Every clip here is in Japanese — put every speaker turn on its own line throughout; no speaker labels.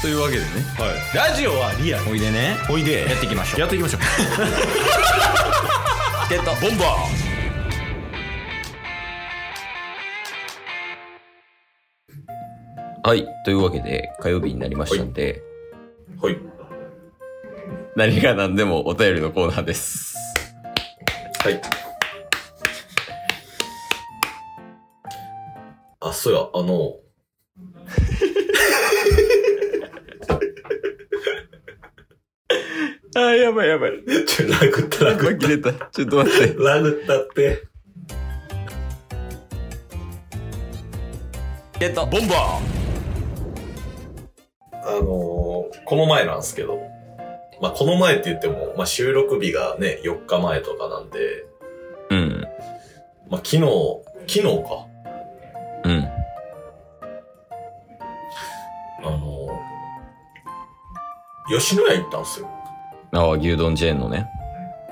というわけでね
はい、ラジオはリアル
おいでね
おいで
やっていきましょう
やっていきましょう
ゲット
ボンバ
はいというわけで火曜日になりましたんで
ーはい
何が何でもお便りのコーナーです
はいあそうやあの
あーやばいやばい
ちょラグったラグ
切れたちょっと待って
ラグったって
ゲット
ボンバーあのー、この前なんですけど、まあ、この前って言っても、まあ、収録日がね、4日前とかなんで、
うん
まあ、昨日、昨日か。
うん
あのー、吉野家行ったんですよ。
ああ牛丼チェーンのね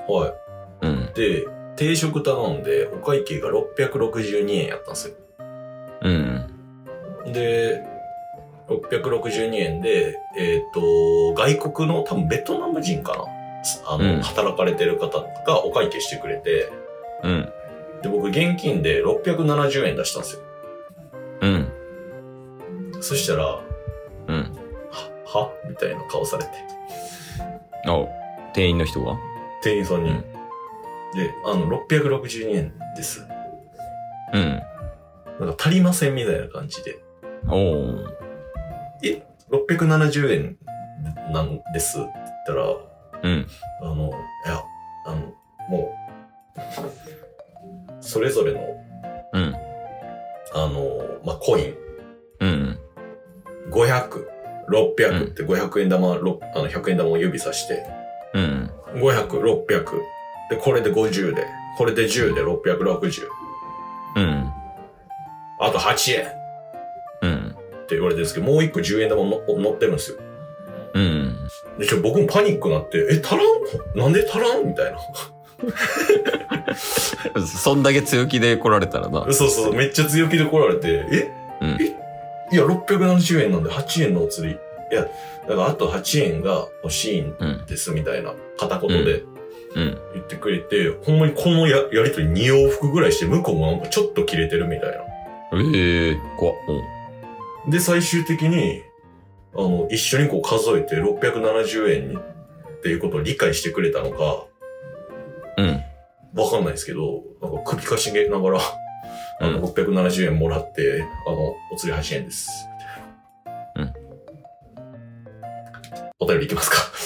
は
うん
い。で、定食頼んで、お会計が662円やったんですよ。
うん
で、662円で、えっ、と、外国の、多分ベトナム人かな。あの、
うん
働かれてる方がお会計してくれて、
うん
で、僕現金で670円出したんですよ。
うん
そしたら、は、
うん
はみたいな顔されて。
あ店員の人が
店員さんに。
うん
で、あの、662円です。
うん
なんか足りませんみたいな感じで。
おお
670円なんですって言ったら、
うん
あの、いや、あの、もう、それぞれの、
うん
あの、まあ、コイン、
うん
500、600って500円玉、ろあの100円玉を指さして、
うん
500、600。で、これで50で、これで10で660。
うん
あと8円っ
うん
て言われてるんですけど、もう一個10円玉の乗ってるんですよ。
うん
で、ちょ、僕もパニックになって、え、足らんなんで足らんみたいな。
そんだけ強気で来られたらな
そうそう、めっちゃ強気で来られて、え、
うん
えいや、670円なんで8円のお釣り。いや、だからあと8円が欲しいん
うん
です、みたいな、片言で
うん
言ってくれて、ほんまにこのややりとり2往復ぐらいして、向こうもなんかちょっと切れてるみたいな。
ええ怖っ
で、最終的に、あの、一緒にこう数えて670円にっていうことを理解してくれたのか、
うん
わかんないですけど、なんか首かしげながら、あの、670円もらって、あの、お釣り8円です。
うん。
お便りいきますか。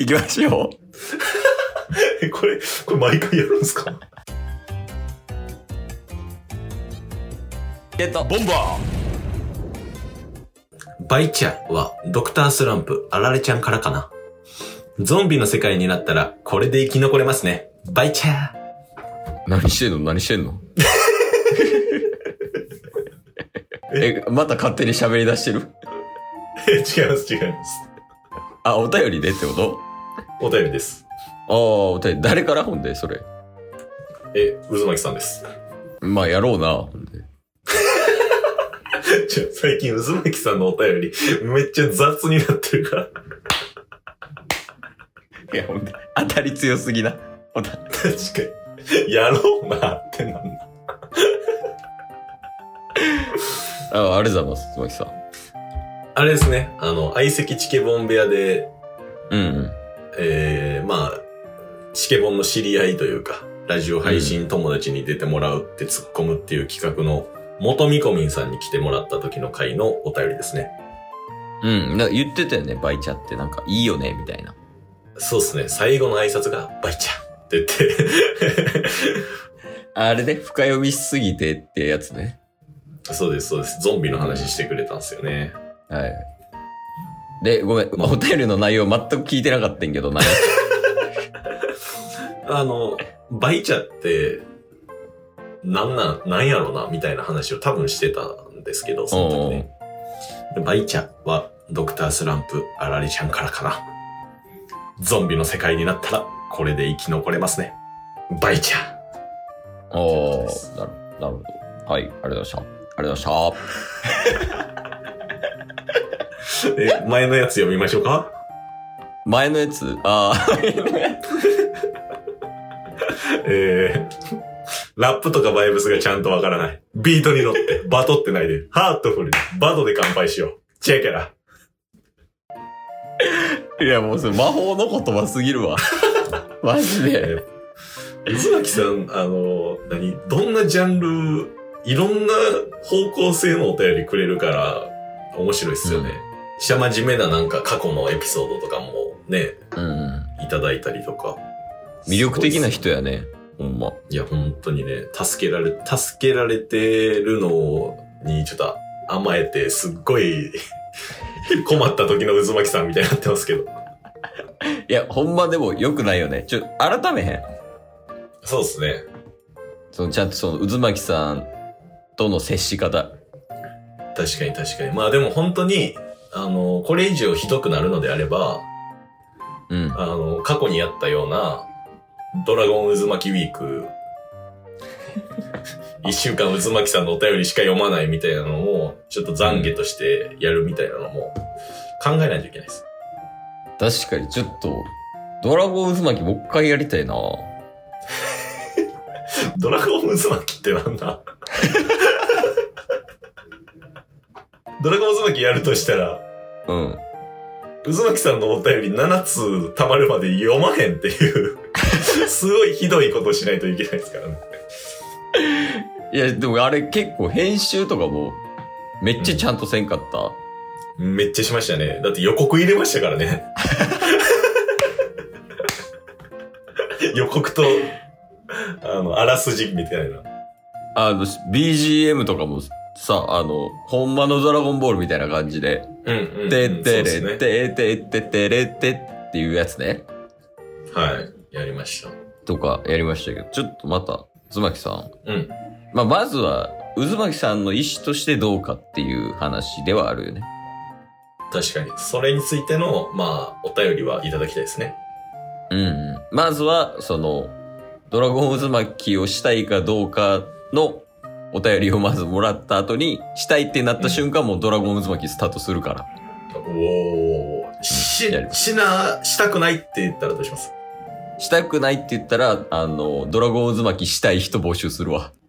行きましょう
えこれ、これ毎回やるんですか
ゲット
ボンバーバイチャはドクタースランプあられちゃんからかな。ゾンビの世界になったらこれで生き残れますね。バイチャー
何してんの何してんの え、また勝手に喋り出してる
違います、違います。
あ、お便りでってこと
お便りです。
ああ、お便り、誰からほんで、それ。
え、渦巻さんです。
まあ、やろうな、ほんで。
ちょ最近渦巻さんのお便りめっちゃ雑になってるから。
いや、ほんで、当たり強すぎな。ほんで
確かに。やろうなってなんだ。
あありがとうございます、つまきさん。
あれですね、あの、相席チケボン部屋で、
うんうん。
えー、まあ、チケボンの知り合いというか、ラジオ配信友達に出てもらうって突っ込むっていう企画の、元みこみんさんに来てもらった時の回のお便りですね。
うん、な言ってたよね、バイチャって、なんか、いいよね、みたいな。
そうですね、最後の挨拶が、バイチャって言って。
あれで、深読みしすぎてってやつね。
そうです、そうです。ゾンビの話してくれたんですよね。
はい。で、ごめん、まあお便りの内容全く 聞いてなかったんけどな。
あの、バイチャって、なんなん、なんやろな、みたいな話を多分してたんですけど、その時ね。でバイチャは、ドクタースランプ、あられちゃんからかな。ゾンビの世界になったら、これで生き残れますね。バイチャ
おおなるほどなるほど。はい、ありがとうございました。ありがとうございました。
え、前のやつ読みましょうか
前のやつあ
えー、ラップとかバイブスがちゃんとわからない。ビートに乗って、バトってないで、ハートフルに、バドで乾杯しよう。チェケラ。
あ。いや、もうそれ魔法の言葉すぎるわ。 マジで。
渦巻さん、あの、何どんなジャンル、いろんな方向性のお便りくれるから、面白いっすよね。
うん
しゃまじめななんか過去のエピソードとかもね、
うん。
いただいたりとか。
魅力的な
す
人やね。ほんま。
ごいっす。いや、本当にね、助けられ、助けられてるのに、ちょっと甘えて、すっごい 困った時の渦巻さんみたいになってますけど。
いや、ほんまでも良くないよね。ちょ、改めへん。
そうですね。
その、ちゃんとその、渦巻さんとの接し方。
確かに確かに。まあでも本当に、あの、これ以上ひどくなるのであれば、
うん。
あの、過去にやったような、ドラゴン渦巻きウィー ク、一週間渦巻きさんのお便りしか読まないみたいなのを、ちょっと懺悔としてやるみたいなのも、考えないといけないです。
確かに、ちょっと、ドラゴン渦巻きもう一回やりたいな。
ドラゴン渦巻きってなん だドラゴン渦巻きやるとしたら、
うん。
渦巻さんのお便り7つ溜まるまで読まへんっていう、すごいひどいことしないといけないですからね。
いや、でもあれ結構編集とかも、めっちゃちゃんとせんかった。
めっちゃしましたね。だって予告入れましたから ね。予告と、あの、あらすじみたいな。
あの、BGM とかもさ、あの、ほんまのドラゴンボールみたいな感じで、
うんうん、
てって
そう
れ
で
っ
すね。
ててっててれってっていうやつね。
はい。やりました。
とかやりましたけど、ちょっとまた、渦巻さん。
うん。
まあ、まずは、渦巻さんの意思としてどうかっていう話ではあるよね。
確かに。それについての、まあ、お便りはいただきたいですね。
うんうん。まずは、その、ドラゴン渦巻きをしたいかどうかのお便りをまずもらった後に、したいってなった瞬間、もうドラゴン渦巻きスタートするから。
おー。し
やり、ま
しな、したくないって言ったらどうします
したくないって言ったら、あの、ドラゴン渦巻きしたい人募集するわ。